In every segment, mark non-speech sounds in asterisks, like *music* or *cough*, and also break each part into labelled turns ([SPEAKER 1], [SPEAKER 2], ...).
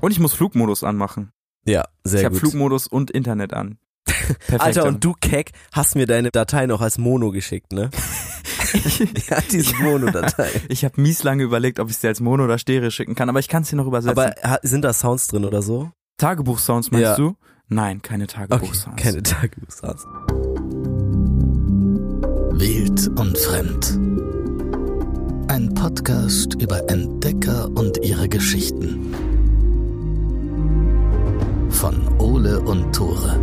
[SPEAKER 1] Und ich muss Flugmodus anmachen.
[SPEAKER 2] Ja, sehr
[SPEAKER 1] ich
[SPEAKER 2] gut.
[SPEAKER 1] habe Flugmodus und Internet
[SPEAKER 2] *laughs*
[SPEAKER 1] an. Perfekt.
[SPEAKER 2] Alter,
[SPEAKER 1] *laughs*
[SPEAKER 2] und du Keck hast mir deine Datei noch als Mono geschickt, ne? ja, diese *laughs* Mono-Datei.
[SPEAKER 1] ich habe mies lange überlegt, ob ich sie als Mono oder Stereo schicken kann, aber ich kann es dir noch übersetzen.
[SPEAKER 2] Aber ha- sind da Sounds drin oder so?
[SPEAKER 1] Tagebuch-Sounds meinst
[SPEAKER 2] Ja.
[SPEAKER 1] du? Nein, keine Tagebuch-Sounds.
[SPEAKER 2] keine *laughs* Tagebuchsounds.
[SPEAKER 3] Wild und Fremd. Ein Podcast über Entdecker und ihre Geschichten. Von Ole und Tore.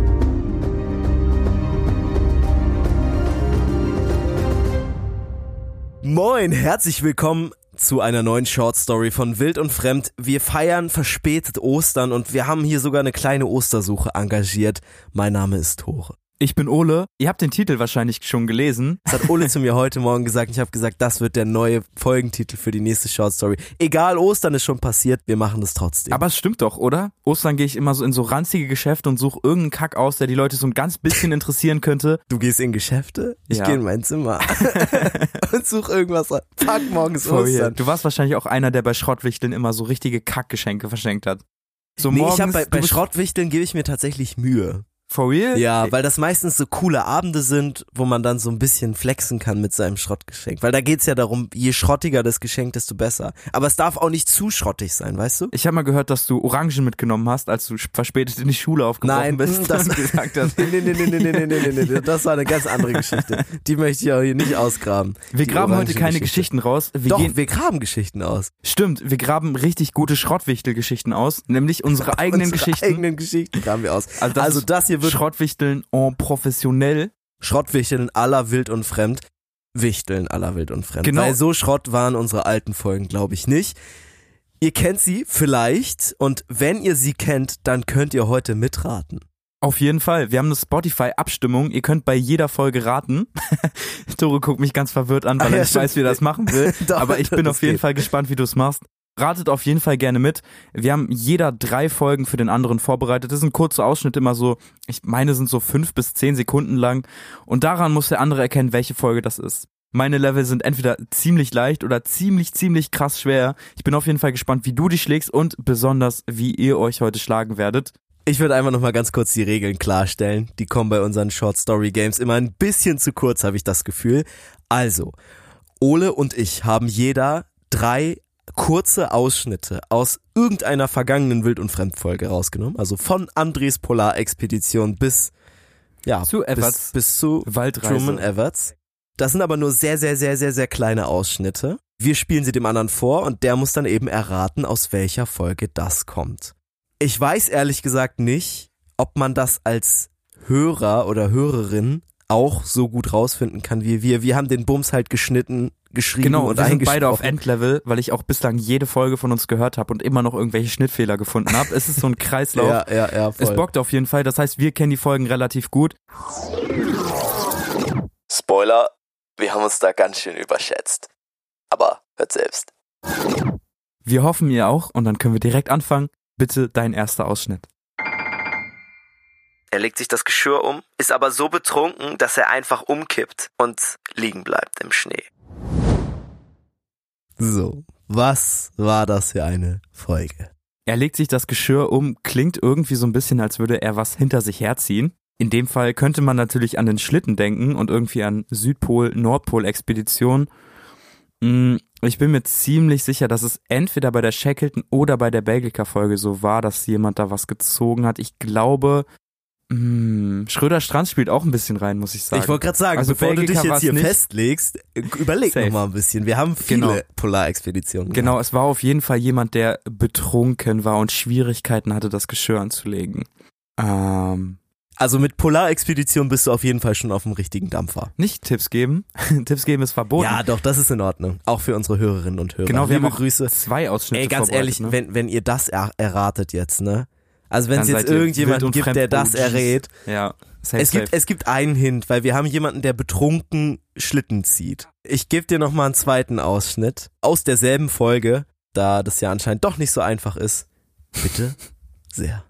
[SPEAKER 2] Moin, herzlich willkommen zu einer neuen Short Story von Wild und Fremd. Wir feiern verspätet Ostern und wir haben hier sogar eine kleine Ostersuche engagiert. Mein Name ist Tore.
[SPEAKER 1] Ich bin Ole. Ihr habt den Titel wahrscheinlich schon gelesen.
[SPEAKER 2] Das hat Ole zu mir heute Morgen gesagt. Ich habe gesagt, das wird der neue Folgentitel für die nächste Short Story. Egal, Ostern ist schon passiert, wir machen das trotzdem.
[SPEAKER 1] Aber es stimmt doch, oder? Ostern gehe ich immer so in so ranzige Geschäfte und suche irgendeinen Kack aus, der die Leute so ein ganz bisschen
[SPEAKER 2] *laughs*
[SPEAKER 1] interessieren könnte.
[SPEAKER 2] Du gehst in Geschäfte, ich
[SPEAKER 1] Ja.
[SPEAKER 2] gehe in
[SPEAKER 1] *laughs*
[SPEAKER 2] mein Zimmer *laughs* und such irgendwas. ra- Fuck, morgens
[SPEAKER 1] Voll
[SPEAKER 2] Ostern.
[SPEAKER 1] weird. Du warst wahrscheinlich auch einer, der bei Schrottwichteln immer so richtige Kackgeschenke verschenkt hat. So
[SPEAKER 2] Nee,
[SPEAKER 1] morgens,
[SPEAKER 2] ich hab bei,
[SPEAKER 1] du
[SPEAKER 2] bei
[SPEAKER 1] bist-
[SPEAKER 2] Schrottwichteln gebe ich mir tatsächlich Mühe.
[SPEAKER 1] For real?
[SPEAKER 2] Ja, weil das meistens so coole Abende sind, wo man dann so ein bisschen flexen kann mit seinem Schrottgeschenk. Weil da geht's ja darum, je schrottiger das Geschenk, desto besser. Aber es darf auch nicht zu schrottig sein, weißt du?
[SPEAKER 1] Ich habe mal gehört, dass du Orangen mitgenommen hast, als du sch- verspätet in die Schule aufgebrochen
[SPEAKER 2] Nein,
[SPEAKER 1] bist.
[SPEAKER 2] *laughs* mm, das-
[SPEAKER 1] und gesagt hast.
[SPEAKER 2] *laughs* Nee, nee, nee, nee, nee, nee, nee, nee, nee, das war eine ganz andere Geschichte. Die möchte ich auch hier nicht ausgraben.
[SPEAKER 1] Wir
[SPEAKER 2] Die
[SPEAKER 1] graben heute keine
[SPEAKER 2] Orangengeschichte.
[SPEAKER 1] Geschichten raus. Wir
[SPEAKER 2] Doch,
[SPEAKER 1] gehen,
[SPEAKER 2] wir graben Geschichten aus.
[SPEAKER 1] stimmt, wir graben richtig gute Schrottwichtel-Geschichten aus, nämlich
[SPEAKER 2] *laughs*
[SPEAKER 1] unsere eigenen
[SPEAKER 2] Unsere
[SPEAKER 1] Geschichten.
[SPEAKER 2] eigenen Geschichten graben wir aus.
[SPEAKER 1] Also das
[SPEAKER 2] also
[SPEAKER 1] ist
[SPEAKER 2] das hier wird
[SPEAKER 1] Schrottwichteln en professionell.
[SPEAKER 2] Schrottwichteln aller wild und fremd. Wichteln aller wild und fremd.
[SPEAKER 1] Genau.
[SPEAKER 2] Weil so Schrott waren unsere alten Folgen, glaube ich nicht. Ihr kennt sie vielleicht und wenn ihr sie kennt, dann könnt ihr heute mitraten. *laughs*
[SPEAKER 1] Auf jeden Fall. Wir haben eine Spotify-Abstimmung. Ihr könnt bei jeder Folge raten. *laughs* Tore guckt mich ganz verwirrt an, weil
[SPEAKER 2] Ah,
[SPEAKER 1] er
[SPEAKER 2] ja,
[SPEAKER 1] nicht weiß, wie er das machen will.
[SPEAKER 2] Doch,
[SPEAKER 1] Aber ich bin
[SPEAKER 2] das
[SPEAKER 1] auf jeden
[SPEAKER 2] geht.
[SPEAKER 1] Fall gespannt, wie du es machst. Ratet auf jeden Fall gerne mit. Wir haben jeder drei Folgen für den anderen vorbereitet. Das sind kurze Ausschnitte, immer so, ich meine, sind so fünf bis zehn Sekunden lang. Und daran muss der andere erkennen, welche Folge das ist. Meine Level sind entweder ziemlich leicht oder ziemlich, ziemlich krass schwer. Ich bin auf jeden Fall gespannt, wie du dich schlägst und besonders, wie ihr euch heute schlagen werdet.
[SPEAKER 2] Ich würde einfach nochmal ganz kurz die Regeln klarstellen. Die kommen bei unseren Short Story Games immer ein bisschen zu kurz, habe ich das Gefühl. Also, Ole und ich haben jeder drei kurze Ausschnitte aus irgendeiner vergangenen Wild- und Fremdfolge rausgenommen. Also von Andres Polarexpedition bis, ja,
[SPEAKER 1] Zu
[SPEAKER 2] bis,
[SPEAKER 1] Everts
[SPEAKER 2] bis zu
[SPEAKER 1] Waldreise.
[SPEAKER 2] Truman Everts. Das sind aber nur sehr, sehr, sehr, sehr, sehr kleine Ausschnitte. Wir spielen sie dem anderen vor und der muss dann eben erraten, aus welcher Folge das kommt. Ich weiß ehrlich gesagt nicht, ob man das als Hörer oder Hörerin auch so gut rausfinden kann wie wir. Wir haben den Bums halt geschnitten, geschrieben
[SPEAKER 1] Genau,
[SPEAKER 2] und
[SPEAKER 1] wir sind beide auf
[SPEAKER 2] eingesprochen.
[SPEAKER 1] Endlevel, weil ich auch bislang jede Folge von uns gehört habe und immer noch irgendwelche Schnittfehler gefunden habe. es ist
[SPEAKER 2] *laughs*
[SPEAKER 1] so ein Kreislauf.
[SPEAKER 2] Ja, ja, ja, voll.
[SPEAKER 1] es bockt auf jeden Fall. Das heißt, wir kennen die Folgen relativ gut.
[SPEAKER 2] Spoiler, wir haben uns da ganz schön überschätzt. Aber hört selbst.
[SPEAKER 1] Wir hoffen ihr auch und dann können wir direkt anfangen. Bitte dein erster Ausschnitt.
[SPEAKER 2] Er legt sich das Geschirr um, ist aber so betrunken, dass er einfach umkippt und liegen bleibt im Schnee. So, was war das für eine Folge?
[SPEAKER 1] Er legt sich das Geschirr um, klingt irgendwie so ein bisschen, als würde er was hinter sich herziehen. In dem Fall könnte man natürlich an den Schlitten denken und irgendwie an Südpol-Nordpol-Expedition. Mm, Ich bin mir ziemlich sicher, dass es entweder bei der Shackleton oder bei der Belgica-Folge so war, dass jemand da was gezogen hat. Ich glaube, mm, Schröder Strand spielt auch ein bisschen rein, muss ich sagen.
[SPEAKER 2] Ich wollte gerade sagen,
[SPEAKER 1] Also
[SPEAKER 2] bevor du
[SPEAKER 1] Belgica
[SPEAKER 2] dich jetzt
[SPEAKER 1] war's
[SPEAKER 2] hier
[SPEAKER 1] nicht.
[SPEAKER 2] festlegst, äh, überleg
[SPEAKER 1] Safe.
[SPEAKER 2] noch mal ein bisschen. Wir haben viele
[SPEAKER 1] Genau.
[SPEAKER 2] Polarexpeditionen.
[SPEAKER 1] genau,
[SPEAKER 2] gehabt.
[SPEAKER 1] es war auf jeden Fall jemand, der betrunken war und Schwierigkeiten hatte, das Geschirr anzulegen. Ähm,
[SPEAKER 2] Also mit Polarexpedition bist du auf jeden Fall schon auf dem richtigen Dampfer.
[SPEAKER 1] nicht Tipps geben. *laughs* Tipps geben ist verboten.
[SPEAKER 2] Ja, doch, das ist in Ordnung. Auch für unsere Hörerinnen und Hörer.
[SPEAKER 1] Genau, wir
[SPEAKER 2] Liebe
[SPEAKER 1] haben auch
[SPEAKER 2] Grüße.
[SPEAKER 1] zwei Ausschnitte
[SPEAKER 2] Ey, ganz
[SPEAKER 1] vorbereitet,
[SPEAKER 2] ehrlich,
[SPEAKER 1] ne?
[SPEAKER 2] wenn, wenn ihr das er erratet jetzt, ne? Also wenn es
[SPEAKER 1] Dann
[SPEAKER 2] jetzt
[SPEAKER 1] seid ihr wild
[SPEAKER 2] irgendjemanden
[SPEAKER 1] und
[SPEAKER 2] gibt,
[SPEAKER 1] fremd
[SPEAKER 2] der das
[SPEAKER 1] OGs.
[SPEAKER 2] errät.
[SPEAKER 1] ja, safe,
[SPEAKER 2] Es gibt,
[SPEAKER 1] safe.
[SPEAKER 2] es gibt einen Hint, weil wir haben jemanden, der betrunken Schlitten zieht. Ich gebe dir nochmal einen zweiten Ausschnitt aus derselben Folge, da das ja anscheinend doch nicht so einfach ist.
[SPEAKER 1] *laughs*
[SPEAKER 2] Bitte? Sehr.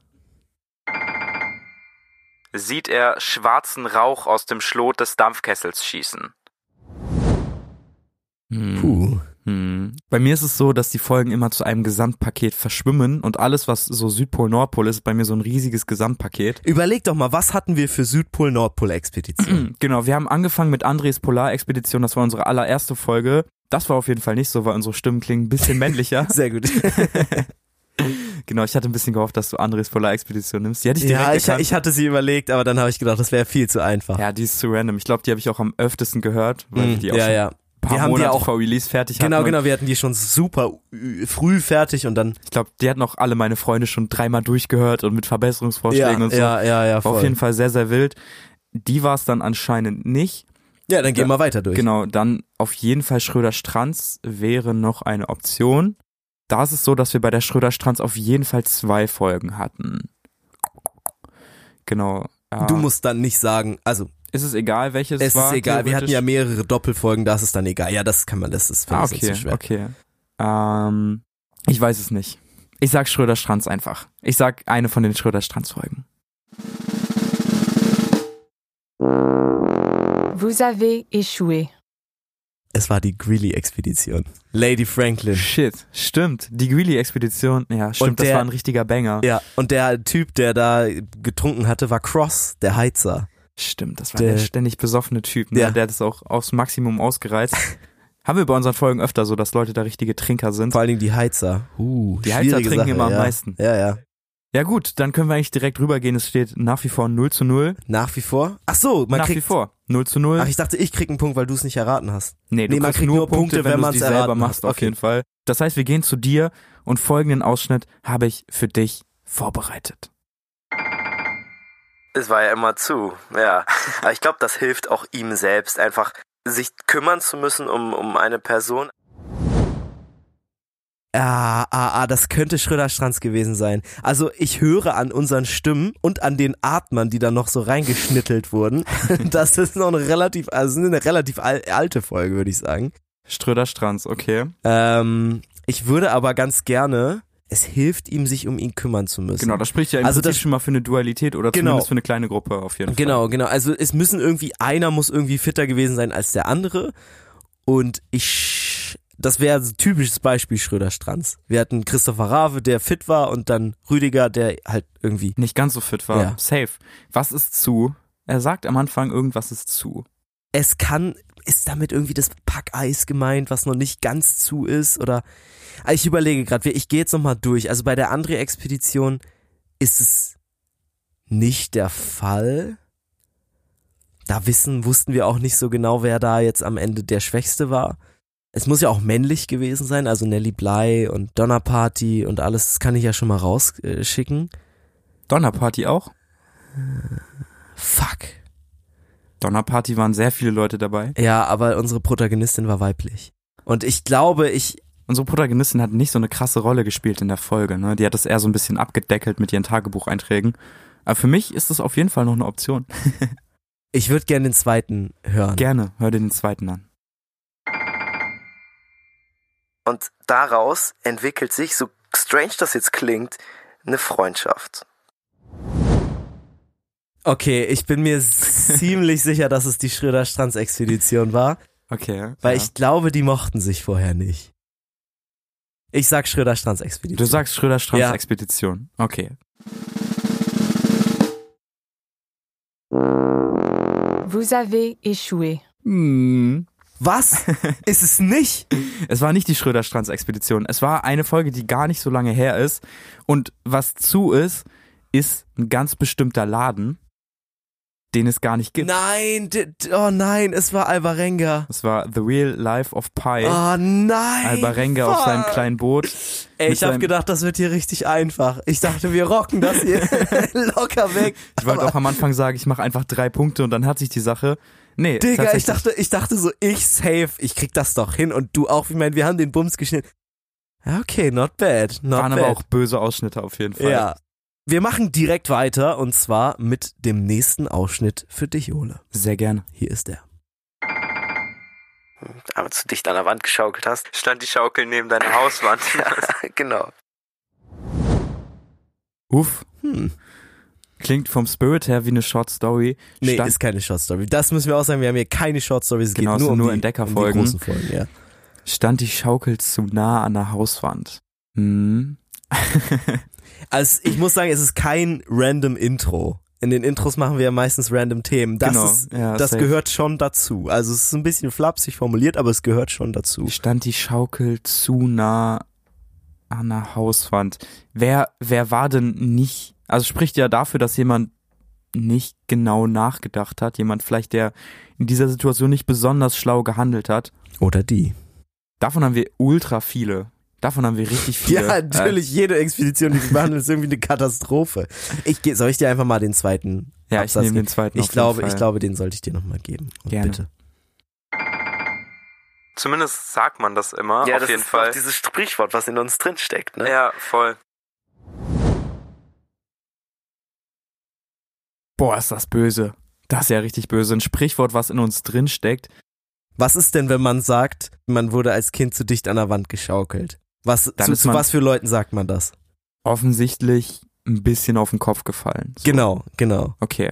[SPEAKER 1] Sieht er schwarzen Rauch aus dem Schlot des Dampfkessels schießen? Hm.
[SPEAKER 2] Puh.
[SPEAKER 1] Hm. Bei mir ist es so, dass die Folgen immer zu einem Gesamtpaket verschwimmen und alles, was so Südpol, Nordpol ist, ist bei mir so ein riesiges Gesamtpaket.
[SPEAKER 2] Überleg doch mal, was hatten wir für Südpol-Nordpol-Expeditionen?
[SPEAKER 1] Genau, wir haben angefangen mit Andres Polarexpedition, das war unsere allererste Folge. Das war auf jeden Fall nicht so, weil unsere Stimmen klingen ein bisschen
[SPEAKER 2] *laughs*
[SPEAKER 1] männlicher.
[SPEAKER 2] Sehr gut.
[SPEAKER 1] genau, ich hatte ein bisschen gehofft, dass du Andres Polarexpedition nimmst. Die hätte ich direkt
[SPEAKER 2] ja, ich,
[SPEAKER 1] erkannt.
[SPEAKER 2] ich hatte sie überlegt, aber dann habe ich gedacht, das wäre viel zu einfach.
[SPEAKER 1] ja, die ist zu random. Ich glaube, die habe ich auch am öftesten gehört, weil wir
[SPEAKER 2] Hm,
[SPEAKER 1] die auch
[SPEAKER 2] ja,
[SPEAKER 1] schon
[SPEAKER 2] ja.
[SPEAKER 1] ein paar
[SPEAKER 2] Wir haben die
[SPEAKER 1] Monate
[SPEAKER 2] auch-
[SPEAKER 1] vor Release fertig
[SPEAKER 2] Genau,
[SPEAKER 1] hatten.
[SPEAKER 2] genau, wir hatten die schon super ü- früh fertig und dann
[SPEAKER 1] Ich glaube, die hatten auch alle meine Freunde schon dreimal durchgehört und mit Verbesserungsvorschlägen
[SPEAKER 2] ja,
[SPEAKER 1] und so.
[SPEAKER 2] ja, ja, ja,
[SPEAKER 1] War
[SPEAKER 2] voll.
[SPEAKER 1] auf jeden Fall sehr, sehr wild. Die war es dann anscheinend nicht.
[SPEAKER 2] ja, dann gehen wir weiter durch.
[SPEAKER 1] Genau, dann auf jeden Fall Schröder-Stranz wäre noch eine Option. Da ist es so, dass wir bei der Schröder-Stranz auf jeden Fall zwei Folgen hatten. Genau. ja.
[SPEAKER 2] Du musst dann nicht sagen, also
[SPEAKER 1] ist es egal, welches
[SPEAKER 2] es
[SPEAKER 1] war?
[SPEAKER 2] ist egal, wir hatten
[SPEAKER 1] theoretisch?
[SPEAKER 2] ja mehrere Doppelfolgen, das ist dann egal. Ja, das kann man, das ist für
[SPEAKER 1] Ah,
[SPEAKER 2] uns nicht
[SPEAKER 1] okay,
[SPEAKER 2] so schwer.
[SPEAKER 1] okay. Ähm, ich weiß es nicht. Ich sag Schröder-Stranz einfach. Ich sag eine von den Schröder-Stranz-Folgen.
[SPEAKER 4] Vous avez échoué.
[SPEAKER 2] Es war die Greeley-Expedition. Lady Franklin.
[SPEAKER 1] Shit, stimmt. Die Greeley-Expedition, ja, stimmt,
[SPEAKER 2] Und
[SPEAKER 1] das
[SPEAKER 2] der-
[SPEAKER 1] war ein richtiger Banger.
[SPEAKER 2] Ja, und der Typ, der da getrunken hatte, war Cross, der Heizer.
[SPEAKER 1] Stimmt, das war
[SPEAKER 2] Der-
[SPEAKER 1] der, ständig besoffene Typ, ne?
[SPEAKER 2] Ja.
[SPEAKER 1] der hat das auch aufs Maximum
[SPEAKER 2] *laughs*
[SPEAKER 1] ausgereizt. Haben wir bei unseren Folgen öfter so, dass Leute da richtige Trinker sind.
[SPEAKER 2] Vor allen Dingen die Heizer. Uh,
[SPEAKER 1] Die Heizer
[SPEAKER 2] schwierige
[SPEAKER 1] trinken
[SPEAKER 2] Sache,
[SPEAKER 1] immer am
[SPEAKER 2] ja.
[SPEAKER 1] meisten.
[SPEAKER 2] Ja, ja.
[SPEAKER 1] Ja gut, dann können wir eigentlich direkt rübergehen. Es steht nach wie vor 0 zu 0.
[SPEAKER 2] Nach wie vor? Ach so, man
[SPEAKER 1] nach wie
[SPEAKER 2] kriegt.
[SPEAKER 1] vor 0 zu 0.
[SPEAKER 2] Ach, ich dachte, ich krieg einen Punkt, weil du es nicht erraten hast.
[SPEAKER 1] nee, du
[SPEAKER 2] nee, man
[SPEAKER 1] kriegst
[SPEAKER 2] kriegt
[SPEAKER 1] nur
[SPEAKER 2] nur
[SPEAKER 1] Punkte,
[SPEAKER 2] Punkte,
[SPEAKER 1] wenn,
[SPEAKER 2] wenn
[SPEAKER 1] du
[SPEAKER 2] man's
[SPEAKER 1] die selber
[SPEAKER 2] erraten hat.
[SPEAKER 1] machst, auf
[SPEAKER 2] Okay.
[SPEAKER 1] jeden Fall. Das heißt, wir gehen zu dir und folgenden Ausschnitt habe ich für dich vorbereitet.
[SPEAKER 2] Es war ja immer zu, ja. Aber ich glaube, das hilft auch ihm selbst, einfach sich kümmern zu müssen um, um eine Person. Ah, ah, ah, das könnte Schröder-Stranz gewesen sein. Also ich höre an unseren Stimmen und an den Atmern, die da noch so reingeschnittelt *laughs* wurden, dass das noch eine relativ, also eine relativ al alte Folge, würde ich sagen.
[SPEAKER 1] Ströder-Stranz, okay.
[SPEAKER 2] Ähm, ich würde aber ganz gerne, es hilft ihm, sich um ihn kümmern zu müssen.
[SPEAKER 1] Genau, das spricht ja im
[SPEAKER 2] Also
[SPEAKER 1] Prinzip
[SPEAKER 2] das-
[SPEAKER 1] schon mal für eine Dualität oder
[SPEAKER 2] Genau.
[SPEAKER 1] zumindest für eine kleine Gruppe auf jeden Fall.
[SPEAKER 2] Genau, genau. Also es müssen irgendwie, einer muss irgendwie fitter gewesen sein als der andere. Und ich, das wäre so ein typisches Beispiel Schröder-Stranz. Wir hatten Christopher Rave, der fit war und dann Rüdiger, der halt irgendwie,
[SPEAKER 1] Nicht ganz so fit war.
[SPEAKER 2] Ja.
[SPEAKER 1] Safe. Was ist zu? Er sagt am Anfang, irgendwas ist zu.
[SPEAKER 2] es kann, ist damit irgendwie das Packeis gemeint, was noch nicht ganz zu ist oder, Ah, ich überlege gerade, ich gehe jetzt nochmal durch. Also bei der André-Expedition ist es nicht der Fall. Da wissen, wussten wir auch nicht so genau, wer da jetzt am Ende der Schwächste war. Es muss ja auch männlich gewesen sein, also Nelly Bly und Donnerparty und alles, das kann ich ja schon mal rausschicken.
[SPEAKER 1] Donnerparty auch?
[SPEAKER 2] Fuck.
[SPEAKER 1] Donnerparty waren sehr viele Leute dabei.
[SPEAKER 2] Ja, aber unsere Protagonistin war weiblich. Und ich glaube, ich,
[SPEAKER 1] Unsere Protagonistin hat nicht so eine krasse Rolle gespielt in der Folge. Ne? Die hat das eher so ein bisschen abgedeckelt mit ihren Tagebucheinträgen. Aber für mich ist das auf jeden Fall noch eine Option.
[SPEAKER 2] ich würde gerne den zweiten hören.
[SPEAKER 1] Gerne, hör dir den zweiten an.
[SPEAKER 5] Und daraus entwickelt sich, so strange das jetzt klingt, eine Freundschaft.
[SPEAKER 2] Okay, ich
[SPEAKER 5] *laughs*
[SPEAKER 2] bin mir ziemlich sicher, dass es die Schröder-Strands-Expedition war,
[SPEAKER 1] Okay.
[SPEAKER 2] weil
[SPEAKER 1] ja.
[SPEAKER 2] ich glaube, die mochten sich vorher nicht. Ich sag Schröder-Strands-Expedition.
[SPEAKER 1] Du sagst Schröder-Strands
[SPEAKER 2] Ja.
[SPEAKER 1] Expedition. Okay.
[SPEAKER 4] Vous avez échoué.
[SPEAKER 1] Hm.
[SPEAKER 5] *laughs*
[SPEAKER 2] Was? Ist es nicht?
[SPEAKER 1] Es war nicht die Schröder-Strands-Expedition. Es war eine Folge, die gar nicht so lange her ist. Und was zu ist, ist ein ganz bestimmter Laden, den es gar nicht gibt.
[SPEAKER 2] Nein, d- d- oh nein, es war Alvarenga.
[SPEAKER 1] Es war The Real Life of Pi.
[SPEAKER 2] Oh nein.
[SPEAKER 1] Albarenga auf seinem
[SPEAKER 2] fuck.
[SPEAKER 1] kleinen Boot.
[SPEAKER 2] Ey,
[SPEAKER 1] mit
[SPEAKER 2] ich hab
[SPEAKER 1] seinem-
[SPEAKER 2] gedacht, das wird hier richtig einfach. Ich dachte, wir rocken
[SPEAKER 1] *laughs*
[SPEAKER 2] das hier locker weg.
[SPEAKER 1] Ich wollte auch am Anfang sagen, ich mache einfach drei Punkte und dann hat sich die Sache. Nee,
[SPEAKER 2] Digga, ich
[SPEAKER 1] tatsächlich.
[SPEAKER 2] dachte, ich dachte so, ich safe, ich krieg das doch hin und du auch. Ich meine, wir haben den Bums geschnitten. Ja, Okay, not bad, not
[SPEAKER 1] waren
[SPEAKER 2] bad.
[SPEAKER 1] aber auch böse Ausschnitte auf jeden Fall.
[SPEAKER 2] ja. Wir machen direkt weiter und zwar mit dem nächsten Ausschnitt für dich, Ole.
[SPEAKER 1] Sehr gerne.
[SPEAKER 2] Hier ist er.
[SPEAKER 5] Aber zu dicht an der Wand geschaukelt hast.
[SPEAKER 1] Stand die Schaukel neben deiner Hauswand.
[SPEAKER 5] genau.
[SPEAKER 1] Uff,
[SPEAKER 2] Hm.
[SPEAKER 1] klingt vom Spirit her wie eine Short Story.
[SPEAKER 2] Nee,
[SPEAKER 1] Stand,
[SPEAKER 2] ist keine Short Story. Das müssen wir auch sagen. Wir haben hier keine Short Stories. Es
[SPEAKER 1] Genau, es
[SPEAKER 2] geht nur
[SPEAKER 1] sind
[SPEAKER 2] um
[SPEAKER 1] nur
[SPEAKER 2] die, um die
[SPEAKER 1] Entdeckerfolgen.
[SPEAKER 2] großen Folgen. Ja.
[SPEAKER 1] Stand die Schaukel zu nah an der Hauswand? Hm.
[SPEAKER 2] Also ich muss sagen, es ist kein random Intro. In den Intros machen wir ja meistens random Themen. Das,
[SPEAKER 1] Genau,
[SPEAKER 2] ist,
[SPEAKER 1] ja,
[SPEAKER 2] das
[SPEAKER 1] safe.
[SPEAKER 2] gehört schon dazu. Also es ist ein bisschen flapsig formuliert, aber es gehört schon dazu.
[SPEAKER 1] Stand die Schaukel zu nah an der Hauswand? Wer, wer war denn nicht? Also spricht ja dafür, dass jemand nicht genau nachgedacht hat. Jemand vielleicht, der in dieser Situation nicht besonders schlau gehandelt hat.
[SPEAKER 2] Oder die.
[SPEAKER 1] Davon haben wir ultra viele. Davon haben wir
[SPEAKER 2] *laughs*
[SPEAKER 1] richtig viele.
[SPEAKER 2] Ja, natürlich, jede Expedition, die wir machen, ist irgendwie eine Katastrophe. Ich geh, soll ich dir einfach mal den zweiten
[SPEAKER 1] Äh, ja, ich
[SPEAKER 2] Absatz
[SPEAKER 1] nehme den
[SPEAKER 2] geben?
[SPEAKER 1] zweiten. auf
[SPEAKER 2] Ich
[SPEAKER 1] jeden
[SPEAKER 2] glaube, ich
[SPEAKER 1] Fall.
[SPEAKER 2] glaube, den sollte ich dir nochmal geben. Und
[SPEAKER 1] Gerne.
[SPEAKER 2] Bitte.
[SPEAKER 1] Zumindest sagt man das immer,
[SPEAKER 5] das ist auch dieses Sprichwort, was in uns drin steckt, ne?
[SPEAKER 1] Ja, voll. Boah, ist das böse. Das ist ja richtig böse. Ein Sprichwort, was in uns drin steckt.
[SPEAKER 2] Was ist denn, wenn man sagt, man wurde als Kind zu dicht an der Wand geschaukelt? Was,
[SPEAKER 1] Dann
[SPEAKER 2] zu,
[SPEAKER 1] ist
[SPEAKER 2] zu
[SPEAKER 1] man-
[SPEAKER 2] was für Leuten sagt man das?
[SPEAKER 1] Offensichtlich ein bisschen auf den Kopf gefallen. So.
[SPEAKER 2] Genau, genau.
[SPEAKER 1] Okay.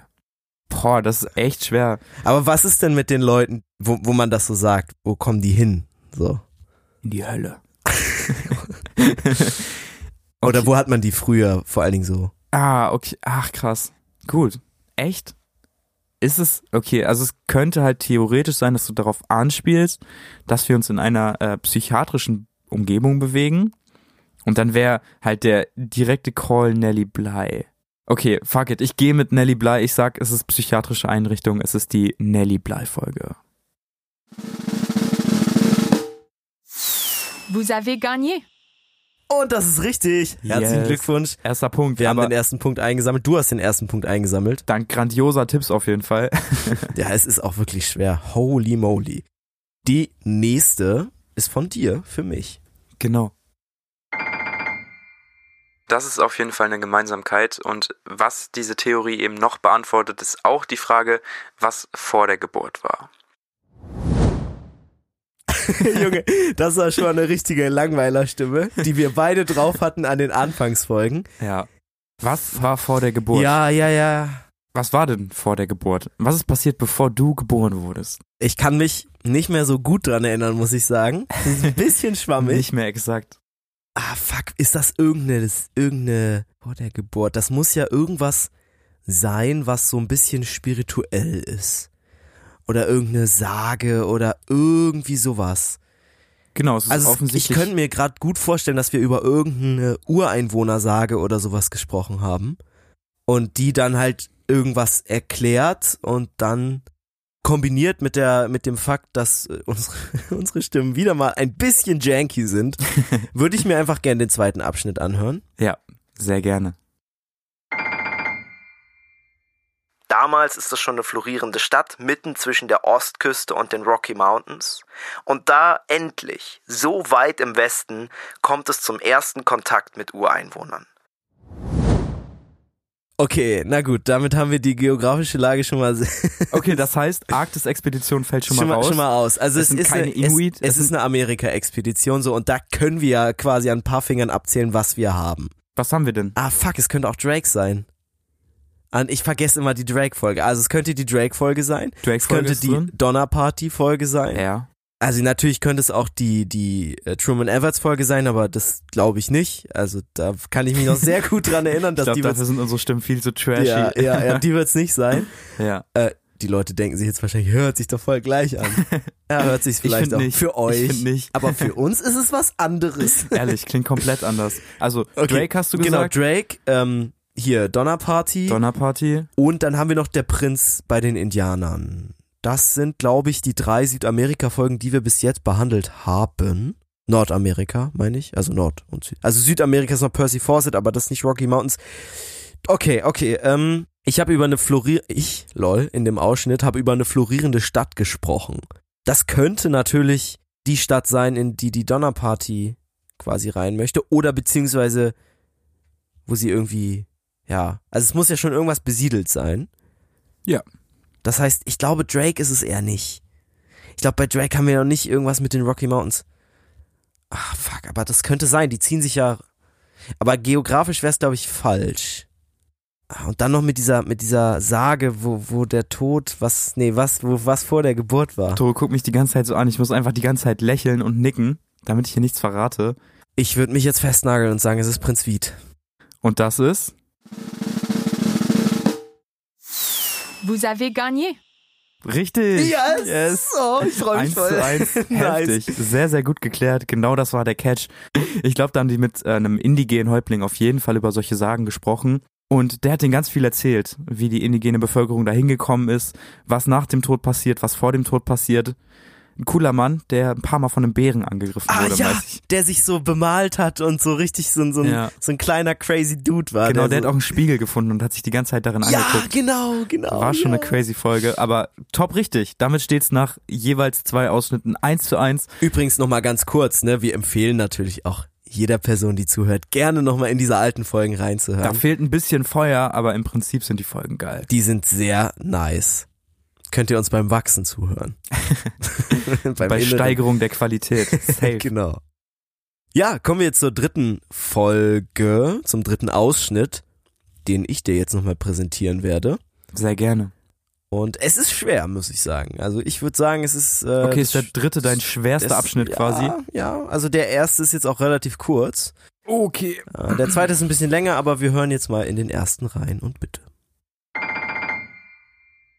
[SPEAKER 1] Boah, das ist echt schwer.
[SPEAKER 2] Aber was ist denn mit den Leuten, wo, wo man das so sagt? Wo kommen die hin? So.
[SPEAKER 1] In die *laughs* Hölle.
[SPEAKER 2] Oder wo hat man die früher vor allen Dingen so?
[SPEAKER 1] Ah, okay. Ach, krass. Gut. Echt? Ist es, okay, also es könnte halt theoretisch sein, dass du darauf anspielst, dass wir uns in einer äh, psychiatrischen Umgebung bewegen. Und dann wäre halt der direkte Call Nelly Bly. Okay, fuck it. Ich gehe mit Nelly Bly. Ich sag, es ist psychiatrische Einrichtung. Es ist die Nelly Bly-Folge.
[SPEAKER 4] Vous avez gagné.
[SPEAKER 2] Und das ist richtig. Herzlichen
[SPEAKER 1] Yes.
[SPEAKER 2] Glückwunsch.
[SPEAKER 1] Erster Punkt.
[SPEAKER 2] Wir
[SPEAKER 1] aber
[SPEAKER 2] haben den ersten Punkt eingesammelt. Du hast den ersten Punkt *laughs* eingesammelt.
[SPEAKER 1] dank grandioser Tipps auf jeden Fall.
[SPEAKER 2] Ja, es ist auch wirklich schwer. Holy moly. Die nächste ist von dir für *laughs* mich.
[SPEAKER 1] genau.
[SPEAKER 6] Das ist auf jeden Fall eine Gemeinsamkeit. Und was diese Theorie eben noch beantwortet, ist auch die Frage, was vor der Geburt war.
[SPEAKER 2] Junge, das war schon eine richtige Langweilerstimme, die wir beide drauf hatten an den Anfangsfolgen.
[SPEAKER 1] Ja. Was war vor der Geburt?
[SPEAKER 2] Ja, ja, ja.
[SPEAKER 1] Was war denn vor der Geburt? Was ist passiert, bevor du geboren wurdest?
[SPEAKER 2] Ich kann mich nicht mehr so gut dran erinnern, muss ich sagen. Das ist ein bisschen schwammig.
[SPEAKER 1] Nicht mehr exakt.
[SPEAKER 2] Ah, fuck, ist das irgendeine, das, irgendeine vor der Geburt? Das muss ja irgendwas sein, was so ein bisschen spirituell ist. Oder irgendeine Sage oder irgendwie sowas.
[SPEAKER 1] Genau, es ist
[SPEAKER 2] Also es- ich
[SPEAKER 1] offensichtlich.
[SPEAKER 2] könnte mir gerade gut vorstellen, dass wir über irgendeine Ureinwohnersage oder sowas gesprochen haben. Und die dann halt irgendwas erklärt und dann kombiniert mit der mit dem Fakt, dass äh, unsere, *laughs* unsere Stimmen wieder mal ein bisschen
[SPEAKER 1] *laughs*
[SPEAKER 2] janky sind, würde ich mir einfach gerne den zweiten Abschnitt anhören.
[SPEAKER 1] sehr gerne.
[SPEAKER 5] Damals ist das schon eine florierende Stadt, mitten zwischen der Ostküste und den Rocky Mountains. Und da endlich, so weit im Westen, kommt es zum ersten Kontakt mit Ureinwohnern.
[SPEAKER 2] Okay, na gut, damit haben wir die geografische Lage schon mal
[SPEAKER 1] Okay, *laughs* das heißt, Arktis-Expedition fällt schon mal
[SPEAKER 2] schon mal,
[SPEAKER 1] raus.
[SPEAKER 2] schon mal aus. Also
[SPEAKER 1] Es
[SPEAKER 2] es,
[SPEAKER 1] sind
[SPEAKER 2] ist
[SPEAKER 1] keine
[SPEAKER 2] eine,
[SPEAKER 1] Inuit,
[SPEAKER 2] es,
[SPEAKER 1] es
[SPEAKER 2] es ist eine Amerika-Expedition so und da können wir ja quasi an ein paar Fingern abzählen, was wir haben.
[SPEAKER 1] Was haben wir denn?
[SPEAKER 2] Ah, fuck, es könnte auch Drake sein. Und ich vergesse immer die Drake-Folge. Also es könnte die Drake-Folge sein.
[SPEAKER 1] Drake
[SPEAKER 2] Es könnte die
[SPEAKER 1] drin?
[SPEAKER 2] Donner-Party-Folge sein.
[SPEAKER 1] Ja.
[SPEAKER 2] Also natürlich könnte es auch die, die äh, Truman Everts-Folge sein, aber das glaube ich nicht. Also da kann ich mich noch sehr gut dran
[SPEAKER 1] *laughs*
[SPEAKER 2] erinnern,
[SPEAKER 1] Ich
[SPEAKER 2] dass
[SPEAKER 1] glaube,
[SPEAKER 2] die
[SPEAKER 1] dafür
[SPEAKER 2] wird's,
[SPEAKER 1] sind unsere Stimmen viel zu trashy.
[SPEAKER 2] ja, ja,
[SPEAKER 1] *laughs*
[SPEAKER 2] ja, die wird's nicht sein. Äh,
[SPEAKER 1] Ja.
[SPEAKER 2] Die Leute denken sich jetzt wahrscheinlich, hört sich doch voll gleich
[SPEAKER 1] *laughs*
[SPEAKER 2] an. Ja, hört sich
[SPEAKER 1] Ich
[SPEAKER 2] vielleicht
[SPEAKER 1] finde
[SPEAKER 2] auch
[SPEAKER 1] nicht.
[SPEAKER 2] für euch.
[SPEAKER 1] Ich finde nicht.
[SPEAKER 2] Aber für uns ist es was
[SPEAKER 1] *laughs*
[SPEAKER 2] anderes.
[SPEAKER 1] Ehrlich, klingt komplett anders. Also,
[SPEAKER 2] *laughs* Okay,
[SPEAKER 1] Drake hast du
[SPEAKER 2] Genau,
[SPEAKER 1] gesagt.
[SPEAKER 2] Drake, ähm, hier Donnerparty.
[SPEAKER 1] Donnerparty.
[SPEAKER 2] Und dann haben wir noch der Prinz bei den Indianern. Das sind, glaube ich, die drei Südamerika-Folgen, die wir bis jetzt behandelt haben. Nordamerika, meine ich. Also Nord und Süd. Also Südamerika ist noch Percy Fawcett, aber das ist nicht Rocky Mountains. Okay, okay. Ähm, ich habe über eine florier... Ich, lol, in dem Ausschnitt, habe über eine florierende Stadt gesprochen. Das könnte natürlich die Stadt sein, in die die Donnerparty quasi rein möchte. Oder beziehungsweise, wo sie irgendwie ja, also es muss ja schon irgendwas besiedelt sein.
[SPEAKER 1] Ja.
[SPEAKER 2] Das heißt, ich glaube, Drake ist es eher nicht. Ich glaube, bei Drake haben wir noch nicht irgendwas mit den Rocky Mountains. Ach, fuck, aber das könnte sein. Die ziehen sich ja. Aber geografisch wäre es, glaube ich, falsch. Ah, Und dann noch mit dieser, mit dieser Sage, wo, wo der Tod, was, nee, was, wo, was vor der Geburt war.
[SPEAKER 1] Toro guckt mich die ganze Zeit so an. Ich muss einfach die ganze Zeit lächeln und nicken, damit ich hier nichts verrate.
[SPEAKER 2] Ich würde mich jetzt festnageln und sagen, es ist Prinz Wied.
[SPEAKER 1] Und das ist
[SPEAKER 4] Vous avez gagné.
[SPEAKER 1] richtig.
[SPEAKER 2] Yes!
[SPEAKER 1] yes.
[SPEAKER 2] Oh, ich freue mich
[SPEAKER 1] 1
[SPEAKER 2] voll.
[SPEAKER 1] zu 1,
[SPEAKER 2] *laughs* Nice.
[SPEAKER 1] heftig. Sehr, sehr gut geklärt. Genau das war der Catch. Ich glaube, da haben die mit äh, einem indigenen Häuptling auf jeden Fall über solche Sagen gesprochen. Und der hat denen ganz viel erzählt, wie die indigene Bevölkerung da hingekommen ist, was nach dem Tod passiert, was vor dem Tod passiert. Ein cooler Mann, der ein paar Mal von einem Bären angegriffen
[SPEAKER 2] Ah
[SPEAKER 1] wurde,
[SPEAKER 2] ja,
[SPEAKER 1] weiß ich.
[SPEAKER 2] der sich so bemalt hat und so richtig so, ein- so, ein,
[SPEAKER 1] Ja.
[SPEAKER 2] so ein kleiner crazy Dude war.
[SPEAKER 1] Genau, der hat
[SPEAKER 2] so,
[SPEAKER 1] auch einen Spiegel gefunden und hat sich die ganze Zeit darin
[SPEAKER 2] Ja,
[SPEAKER 1] angeguckt.
[SPEAKER 2] genau, genau.
[SPEAKER 1] War schon eine
[SPEAKER 2] ja.
[SPEAKER 1] crazy Folge, aber top richtig. Damit steht's nach jeweils zwei Ausschnitten eins zu eins.
[SPEAKER 2] Übrigens nochmal ganz kurz, ne, wir empfehlen natürlich auch jeder Person, die zuhört, gerne nochmal in diese alten Folgen reinzuhören.
[SPEAKER 1] Da fehlt ein bisschen Feuer, aber im Prinzip sind die Folgen geil.
[SPEAKER 2] Die sind sehr nice. Könnt ihr uns beim
[SPEAKER 1] *laughs*
[SPEAKER 2] Wachsen zuhören. *laughs* beim
[SPEAKER 1] Bei
[SPEAKER 2] inneren-
[SPEAKER 1] Steigerung der Qualität.
[SPEAKER 2] *laughs*
[SPEAKER 1] Safe.
[SPEAKER 2] Genau. Ja, kommen wir jetzt zur dritten Folge, zum dritten Ausschnitt, den ich dir jetzt nochmal präsentieren werde.
[SPEAKER 1] Sehr gerne.
[SPEAKER 2] Und es ist schwer, muss ich sagen. Also ich würde sagen, es ist. Äh,
[SPEAKER 1] Okay, ist der
[SPEAKER 2] das-
[SPEAKER 1] dritte, dein schwerster
[SPEAKER 2] das-
[SPEAKER 1] Abschnitt
[SPEAKER 2] ja,
[SPEAKER 1] quasi.
[SPEAKER 2] Ja, also der erste ist jetzt auch relativ kurz.
[SPEAKER 1] Okay.
[SPEAKER 2] Äh, Der zweite ist ein bisschen länger, aber wir hören jetzt mal in den ersten rein und bitte.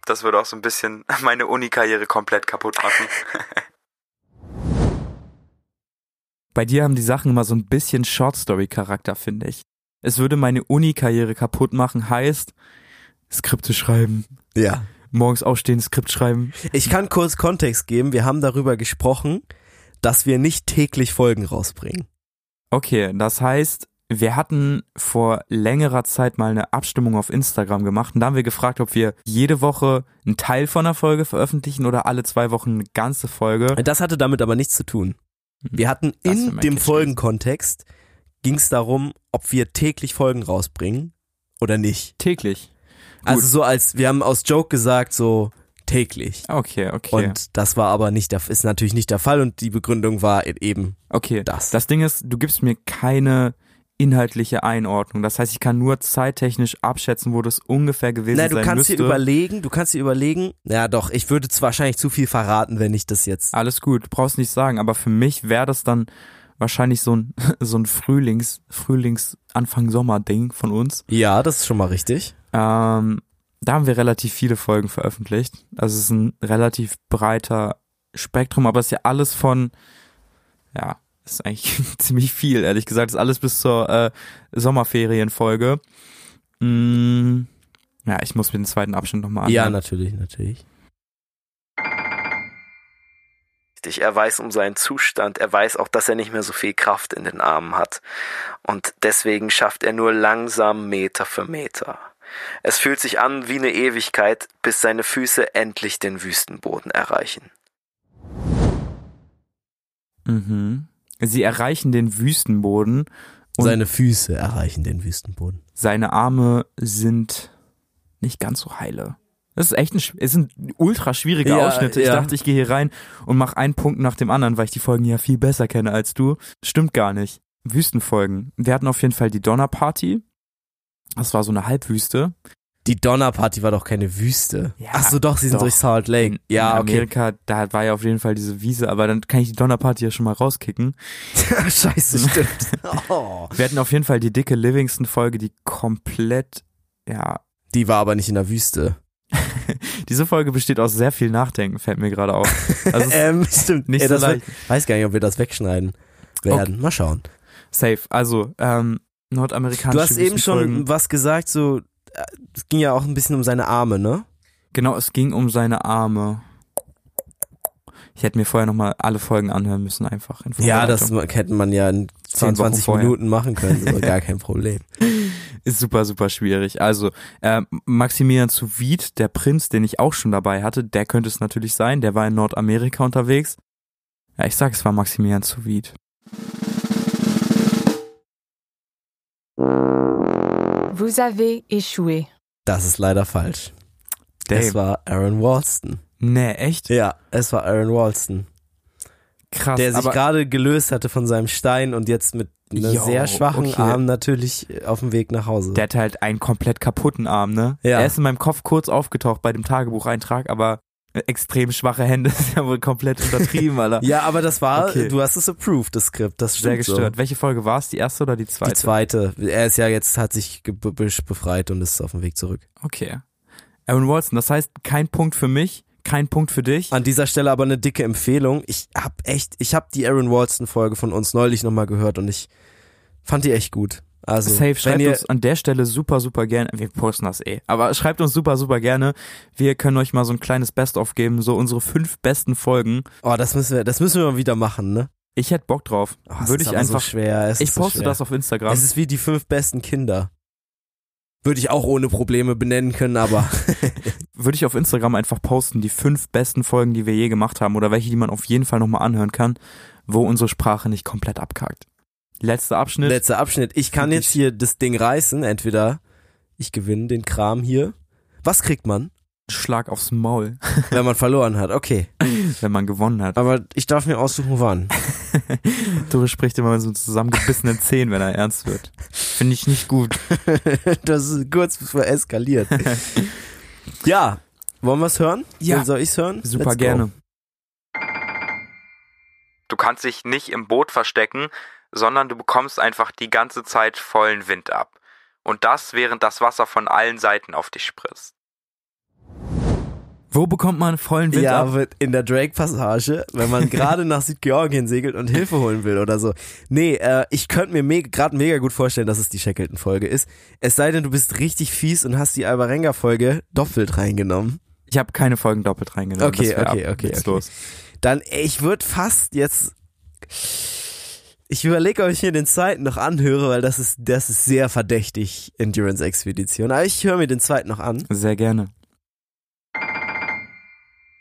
[SPEAKER 6] Das würde auch so ein bisschen *laughs* meine Uni-Karriere komplett kaputt machen.
[SPEAKER 1] *laughs* Bei dir haben die Sachen immer so ein bisschen Short-Story-Charakter, finde ich. Es würde meine Uni-Karriere kaputt machen, heißt Skripte schreiben.
[SPEAKER 2] Ja.
[SPEAKER 1] Morgens aufstehen, Skript schreiben.
[SPEAKER 2] Ich kann kurz Kontext geben. Wir haben darüber gesprochen, dass wir nicht täglich Folgen rausbringen.
[SPEAKER 1] Okay, das heißt, wir hatten vor längerer Zeit mal eine Abstimmung auf Instagram gemacht und da haben wir gefragt, ob wir jede Woche einen Teil von einer Folge veröffentlichen oder alle zwei Wochen eine ganze Folge.
[SPEAKER 2] Das hatte damit aber nichts zu tun. Wir hatten
[SPEAKER 1] Hm. Das wär
[SPEAKER 2] in
[SPEAKER 1] mein
[SPEAKER 2] dem
[SPEAKER 1] Catch
[SPEAKER 2] Folgenkontext ging es darum, ob wir täglich Folgen rausbringen oder nicht.
[SPEAKER 1] Täglich.
[SPEAKER 2] Also so als wir haben aus Joke gesagt so täglich.
[SPEAKER 1] Okay, okay.
[SPEAKER 2] Und das war aber nicht der, ist natürlich nicht der Fall und die Begründung war e- eben
[SPEAKER 1] okay.
[SPEAKER 2] das.
[SPEAKER 1] Das Ding ist, du gibst mir keine inhaltliche Einordnung. Das heißt, ich kann nur zeittechnisch abschätzen, wo das ungefähr gewesen
[SPEAKER 2] Nein, du
[SPEAKER 1] sein
[SPEAKER 2] kannst
[SPEAKER 1] müsste.
[SPEAKER 2] dir überlegen, du kannst dir überlegen, ja doch, ich würde zu- wahrscheinlich zu viel verraten, wenn ich das jetzt.
[SPEAKER 1] Alles gut, du brauchst nicht sagen, aber für mich wäre das dann wahrscheinlich so ein *laughs* so ein Frühlings Frühlings Anfang Sommer Ding von uns.
[SPEAKER 2] Ja, das ist schon mal richtig.
[SPEAKER 1] Ähm, da haben wir relativ viele Folgen veröffentlicht. Also es ist ein relativ breiter Spektrum, aber es ist ja alles von, ja, ist eigentlich *laughs* ziemlich viel, ehrlich gesagt. Es ist alles bis zur äh, Sommerferienfolge. Mm, ja, ich muss mir den zweiten Abschnitt nochmal
[SPEAKER 2] Ja,
[SPEAKER 1] anhören.
[SPEAKER 2] natürlich, natürlich.
[SPEAKER 5] Richtig, Er weiß um seinen Zustand, er weiß auch, dass er nicht mehr so viel Kraft in den Armen hat. Und deswegen schafft er nur langsam Meter für Meter. Es fühlt sich an wie eine Ewigkeit, bis seine Füße endlich den Wüstenboden erreichen.
[SPEAKER 1] mhm. Sie erreichen den Wüstenboden und
[SPEAKER 2] Seine Füße erreichen den Wüstenboden.
[SPEAKER 1] seine Arme sind nicht ganz so heile. Das ist echt ein, schw- es sind ultra schwierige
[SPEAKER 2] Ja,
[SPEAKER 1] Ausschnitte. Ich
[SPEAKER 2] ja.
[SPEAKER 1] dachte, ich gehe hier rein und mache einen Punkt nach dem anderen, weil ich die Folgen ja viel besser kenne als du. Stimmt gar nicht. Wüstenfolgen. Wir hatten auf jeden Fall die Donnerparty. Das war so eine Halbwüste.
[SPEAKER 2] Die Donnerparty war doch keine Wüste.
[SPEAKER 1] Ja,
[SPEAKER 2] Ach so, doch, sie sind
[SPEAKER 1] doch.
[SPEAKER 2] durch Salt Lake.
[SPEAKER 1] In,
[SPEAKER 2] ja,
[SPEAKER 1] in Amerika, da war ja auf jeden Fall diese Wiese, aber dann kann ich die Donnerparty ja schon mal rauskicken.
[SPEAKER 2] okay. *laughs* Scheiße,
[SPEAKER 1] *laughs*
[SPEAKER 2] stimmt. Oh.
[SPEAKER 1] Wir hatten auf jeden Fall die dicke Livingston-Folge, die komplett, ja,
[SPEAKER 2] Die war aber nicht in der Wüste.
[SPEAKER 1] diese Folge besteht aus sehr viel Nachdenken, fällt mir gerade
[SPEAKER 2] *laughs*
[SPEAKER 1] auf. Also es-
[SPEAKER 2] ähm, stimmt.
[SPEAKER 1] nicht
[SPEAKER 2] Ey,
[SPEAKER 1] so
[SPEAKER 2] das
[SPEAKER 1] leicht.
[SPEAKER 2] Wird, weiß gar nicht, ob wir das wegschneiden werden. Mal schauen.
[SPEAKER 1] Safe. Also, ähm, nordamerikanische
[SPEAKER 2] Du hast eben schon
[SPEAKER 1] Wüstenfolgen.
[SPEAKER 2] was gesagt, so, äh, es ging ja auch ein bisschen um seine Arme, ne?
[SPEAKER 1] Genau, es ging um seine Arme. Ich hätte mir vorher nochmal alle Folgen anhören müssen, einfach. In
[SPEAKER 2] Ja, das
[SPEAKER 1] Vorbereitung.
[SPEAKER 2] ma- hätte man ja in
[SPEAKER 1] Zehn Wochen
[SPEAKER 2] 22
[SPEAKER 1] vorher.
[SPEAKER 2] Minuten machen können,
[SPEAKER 1] *laughs*
[SPEAKER 2] so, gar kein Problem.
[SPEAKER 1] ist super, super schwierig. Also, äh, Maximilian zu Wied, der Prinz, den ich auch schon dabei hatte, der könnte es natürlich sein. Der war in Nordamerika unterwegs. Ja, ich sag, es war Maximilian zu Wied.
[SPEAKER 4] Vous avez échoué.
[SPEAKER 2] Das ist leider falsch.
[SPEAKER 1] Damn.
[SPEAKER 2] Es war Aaron Walston.
[SPEAKER 1] Nee, echt?
[SPEAKER 2] Ja, es war Aaron Walston.
[SPEAKER 1] Krass,
[SPEAKER 2] der sich
[SPEAKER 1] aber-
[SPEAKER 2] gerade gelöst hatte von seinem Stein und jetzt mit einem
[SPEAKER 1] Jo,
[SPEAKER 2] sehr schwachen
[SPEAKER 1] okay.
[SPEAKER 2] Arm natürlich auf dem Weg nach Hause.
[SPEAKER 1] Der hat halt einen komplett kaputten Arm, ne?
[SPEAKER 2] Ja.
[SPEAKER 1] Er ist in meinem Kopf kurz aufgetaucht bei dem Tagebucheintrag, aber extrem schwache Hände *laughs* ist ja wohl komplett untertrieben, Alter.
[SPEAKER 2] *laughs* ja, aber das war,
[SPEAKER 1] Okay.
[SPEAKER 2] du hast es approved, das Skript, das stimmt
[SPEAKER 1] Sehr gestört.
[SPEAKER 2] So.
[SPEAKER 1] Welche Folge war es? Die erste oder die zweite?
[SPEAKER 2] Die zweite, er ist ja jetzt, hat sich ge- be- be- befreit und ist auf dem Weg zurück.
[SPEAKER 1] Okay. Aaron Watson, das heißt kein Punkt für mich, kein Punkt für dich.
[SPEAKER 2] An dieser Stelle aber eine dicke Empfehlung. Ich hab echt, ich hab die Aaron Walston Folge von uns neulich nochmal gehört und ich fand die echt gut. Also,
[SPEAKER 1] Safe, schreibt
[SPEAKER 2] wenn ihr,
[SPEAKER 1] uns an der Stelle super, super gerne. Wir posten das eh. Aber schreibt uns super, super gerne. Wir können euch mal so ein kleines Best-of geben, so unsere fünf besten Folgen.
[SPEAKER 2] oh, das müssen wir, das müssen wir mal wieder machen, ne?
[SPEAKER 1] Ich hätte Bock drauf.
[SPEAKER 2] Oh, es
[SPEAKER 1] Würde
[SPEAKER 2] ist
[SPEAKER 1] ich
[SPEAKER 2] aber so
[SPEAKER 1] einfach.
[SPEAKER 2] schwer. Es
[SPEAKER 1] ich
[SPEAKER 2] ist so
[SPEAKER 1] poste
[SPEAKER 2] schwer.
[SPEAKER 1] das auf Instagram.
[SPEAKER 2] Es ist wie die fünf besten Kinder. Würde ich auch ohne Probleme benennen
[SPEAKER 1] *laughs*
[SPEAKER 2] können, aber
[SPEAKER 1] würde ich auf Instagram einfach posten, die fünf besten Folgen, die wir je gemacht haben oder welche, die man auf jeden Fall nochmal anhören kann, wo unsere Sprache nicht komplett abkackt. Letzter Abschnitt.
[SPEAKER 2] letzter Abschnitt. Ich kann
[SPEAKER 1] Find
[SPEAKER 2] jetzt hier das Ding reißen. Entweder ich gewinne den Kram hier. Was
[SPEAKER 1] *laughs*
[SPEAKER 2] kriegt man,
[SPEAKER 1] Schlag aufs Maul,
[SPEAKER 2] wenn man verloren hat? Okay.
[SPEAKER 1] wenn man gewonnen hat.
[SPEAKER 2] Aber ich darf mir aussuchen, wann.
[SPEAKER 1] Dore spricht immer mit so zusammengebissenen Zähnen, wenn er ernst wird. Finde ich nicht gut.
[SPEAKER 2] *laughs* das ist kurz bevor eskaliert. *laughs* ja. Wollen wir es hören?
[SPEAKER 1] Ja.
[SPEAKER 2] Will- Soll ich es hören?
[SPEAKER 1] Super
[SPEAKER 2] Let's go.
[SPEAKER 1] gerne.
[SPEAKER 6] Du kannst dich nicht im Boot verstecken, sondern du bekommst einfach die ganze Zeit vollen Wind ab. Und das, während das Wasser von allen Seiten auf dich spritzt.
[SPEAKER 1] Wo bekommt man vollen Wind
[SPEAKER 2] ja,
[SPEAKER 1] ab?
[SPEAKER 2] wird in der Drake-Passage, wenn man gerade nach Südgeorgien segelt und Hilfe holen will oder so. Nee, äh, ich könnte mir me gerade mega gut vorstellen, dass es die Shackleton-Folge ist. Es sei denn, du bist richtig fies und hast die Alvarenga-Folge doppelt reingenommen.
[SPEAKER 1] Ich habe keine Folgen doppelt reingenommen.
[SPEAKER 2] Okay,
[SPEAKER 1] Das wär
[SPEAKER 2] okay,
[SPEAKER 1] ab.
[SPEAKER 2] okay,
[SPEAKER 1] Jetzt
[SPEAKER 2] okay.
[SPEAKER 1] Los.
[SPEAKER 2] Dann, ey, ich würde fast jetzt. Ich überlege, ob ich mir den zweiten noch anhöre, weil das ist, das ist sehr verdächtig, Endurance-Expedition. Aber ich höre mir den zweiten noch an.
[SPEAKER 1] Sehr gerne.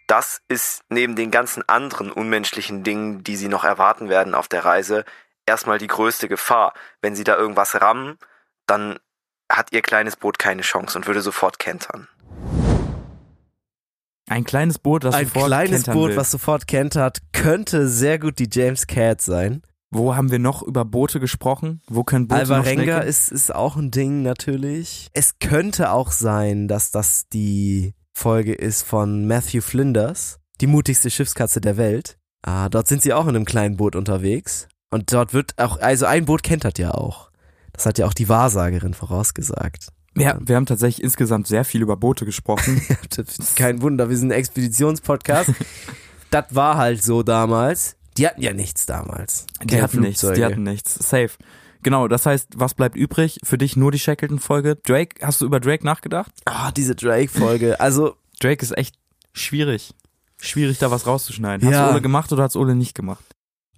[SPEAKER 5] Das ist neben den ganzen anderen unmenschlichen Dingen, die sie noch erwarten werden auf der Reise, erstmal die größte Gefahr. Wenn sie da irgendwas rammen, dann hat ihr kleines Boot keine Chance und würde sofort kentern.
[SPEAKER 1] Ein kleines Boot, das
[SPEAKER 2] Ein
[SPEAKER 1] sofort
[SPEAKER 2] kleines
[SPEAKER 1] kentern
[SPEAKER 2] Boot,
[SPEAKER 1] will.
[SPEAKER 2] was sofort kentert, könnte sehr gut die James Cat sein.
[SPEAKER 1] Wo haben wir noch über Boote gesprochen? Wo können Boote noch schnell
[SPEAKER 2] Alvarenga
[SPEAKER 1] kentern?
[SPEAKER 2] ist, ist auch ein Ding natürlich. Es könnte auch sein, dass das die Folge ist von Matthew Flinders, die mutigste Schiffskatze der Welt. Ah, dort sind sie auch in einem kleinen Boot unterwegs. Und dort wird auch, also ein Boot kentert ja auch. Das hat ja auch die Wahrsagerin vorausgesagt. *laughs*
[SPEAKER 1] Ja, wir haben tatsächlich insgesamt sehr viel über Boote gesprochen.
[SPEAKER 2] Das ist Kein Wunder, wir sind ein
[SPEAKER 1] *laughs*
[SPEAKER 2] Expeditionspodcast. das war halt so damals. Die hatten ja nichts damals.
[SPEAKER 1] Die
[SPEAKER 2] Keine
[SPEAKER 1] hatten nichts, die
[SPEAKER 2] Flugzeuge.
[SPEAKER 1] hatten nichts. Safe. Genau, das heißt, was bleibt übrig? Für dich nur die Shackleton-Folge. Drake, hast du über Drake nachgedacht?
[SPEAKER 2] Ah, diese Drake-Folge. Also,
[SPEAKER 1] Drake ist echt schwierig. Schwierig, da was rauszuschneiden. Hat's
[SPEAKER 2] Ja.
[SPEAKER 1] Ole gemacht oder hat's Ole nicht gemacht?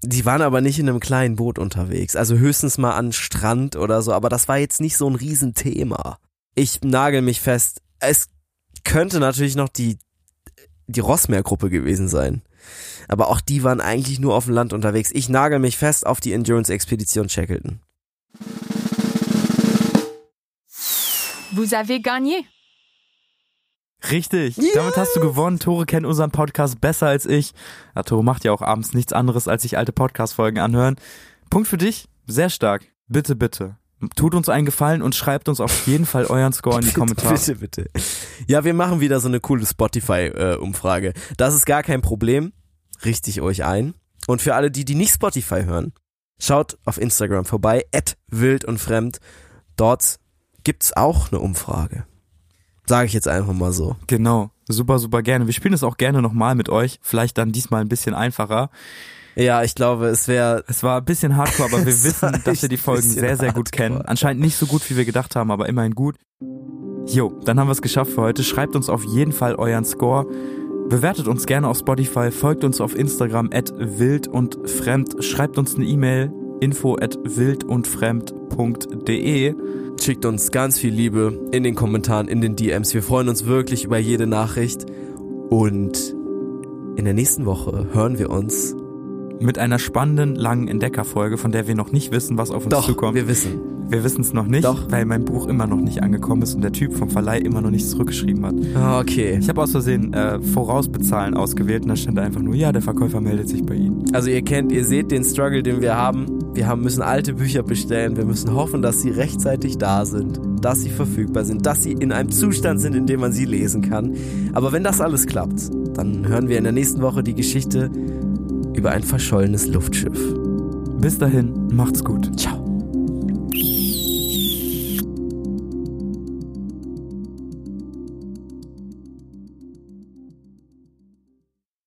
[SPEAKER 2] Die waren aber nicht in einem kleinen Boot unterwegs. Also höchstens mal an Strand oder so. Aber das war jetzt nicht so ein Riesenthema. Ich nagel mich fest. Es könnte natürlich noch die, die Rossmeergruppe gewesen sein. Aber auch die waren eigentlich nur auf dem Land unterwegs. Ich nagel mich fest auf die Endurance-Expedition Shackleton.
[SPEAKER 4] Vous avez gagné.
[SPEAKER 1] Richtig. Damit hast du gewonnen. Tore kennt unseren Podcast besser als ich. Ja, Tore macht ja auch abends nichts anderes, als sich alte Podcast-Folgen anhören. Punkt für dich. Sehr stark. Bitte, bitte. Tut uns einen Gefallen und schreibt uns auf jeden Fall euren Score *laughs* in die Kommentare.
[SPEAKER 2] *laughs* Bitte, bitte. Ja, wir machen wieder so eine coole Spotify-Umfrage. das ist gar kein Problem. Richtig euch ein. Und für alle, die, die nicht Spotify hören, schaut auf Instagram vorbei, at wild und fremd. Dort gibt's auch eine Umfrage. Sage ich jetzt einfach mal so.
[SPEAKER 1] Genau, super, super gerne. Wir spielen es auch gerne nochmal mit euch. Vielleicht dann diesmal ein bisschen einfacher.
[SPEAKER 2] Ja, ich glaube, es wäre
[SPEAKER 1] Es war ein bisschen hardcore, aber wir
[SPEAKER 2] *laughs* Es
[SPEAKER 1] wissen,
[SPEAKER 2] war
[SPEAKER 1] dass wir
[SPEAKER 2] echt
[SPEAKER 1] die Folgen
[SPEAKER 2] ein bisschen
[SPEAKER 1] sehr, sehr gut
[SPEAKER 2] hardcore.
[SPEAKER 1] kennen. Anscheinend nicht so gut, wie wir gedacht haben, aber immerhin gut. Jo, dann haben wir es geschafft für heute. Schreibt uns auf jeden Fall euren Score. Bewertet uns gerne auf Spotify, folgt uns auf Instagram at wild und fremd, schreibt uns eine E-Mail info at wildundfremd.de.
[SPEAKER 2] Schickt uns ganz viel Liebe in den Kommentaren, in den DMs. Wir freuen uns wirklich über jede Nachricht. Und in der nächsten Woche hören wir uns
[SPEAKER 1] mit einer spannenden, langen Entdeckerfolge, von der wir noch nicht wissen, was auf uns
[SPEAKER 2] Doch,
[SPEAKER 1] zukommt.
[SPEAKER 2] wir wissen.
[SPEAKER 1] Wir wissen es noch nicht,
[SPEAKER 2] Doch.
[SPEAKER 1] weil mein Buch immer noch nicht angekommen ist und der Typ vom Verleih immer noch nichts zurückgeschrieben hat.
[SPEAKER 2] Ah, Okay.
[SPEAKER 1] Ich habe aus Versehen äh, Vorausbezahlen ausgewählt und da stand einfach nur, ja, der Verkäufer meldet sich bei Ihnen.
[SPEAKER 2] Also ihr kennt, ihr seht den Struggle, den wir haben. Wir haben, müssen alte Bücher bestellen. Wir müssen hoffen, dass sie rechtzeitig da sind, dass sie verfügbar sind, dass sie in einem Zustand sind, in dem man sie lesen kann. Aber wenn das alles klappt, dann hören wir in der nächsten Woche die Geschichte über ein verschollenes Luftschiff.
[SPEAKER 1] Bis dahin, macht's gut.
[SPEAKER 2] Ciao.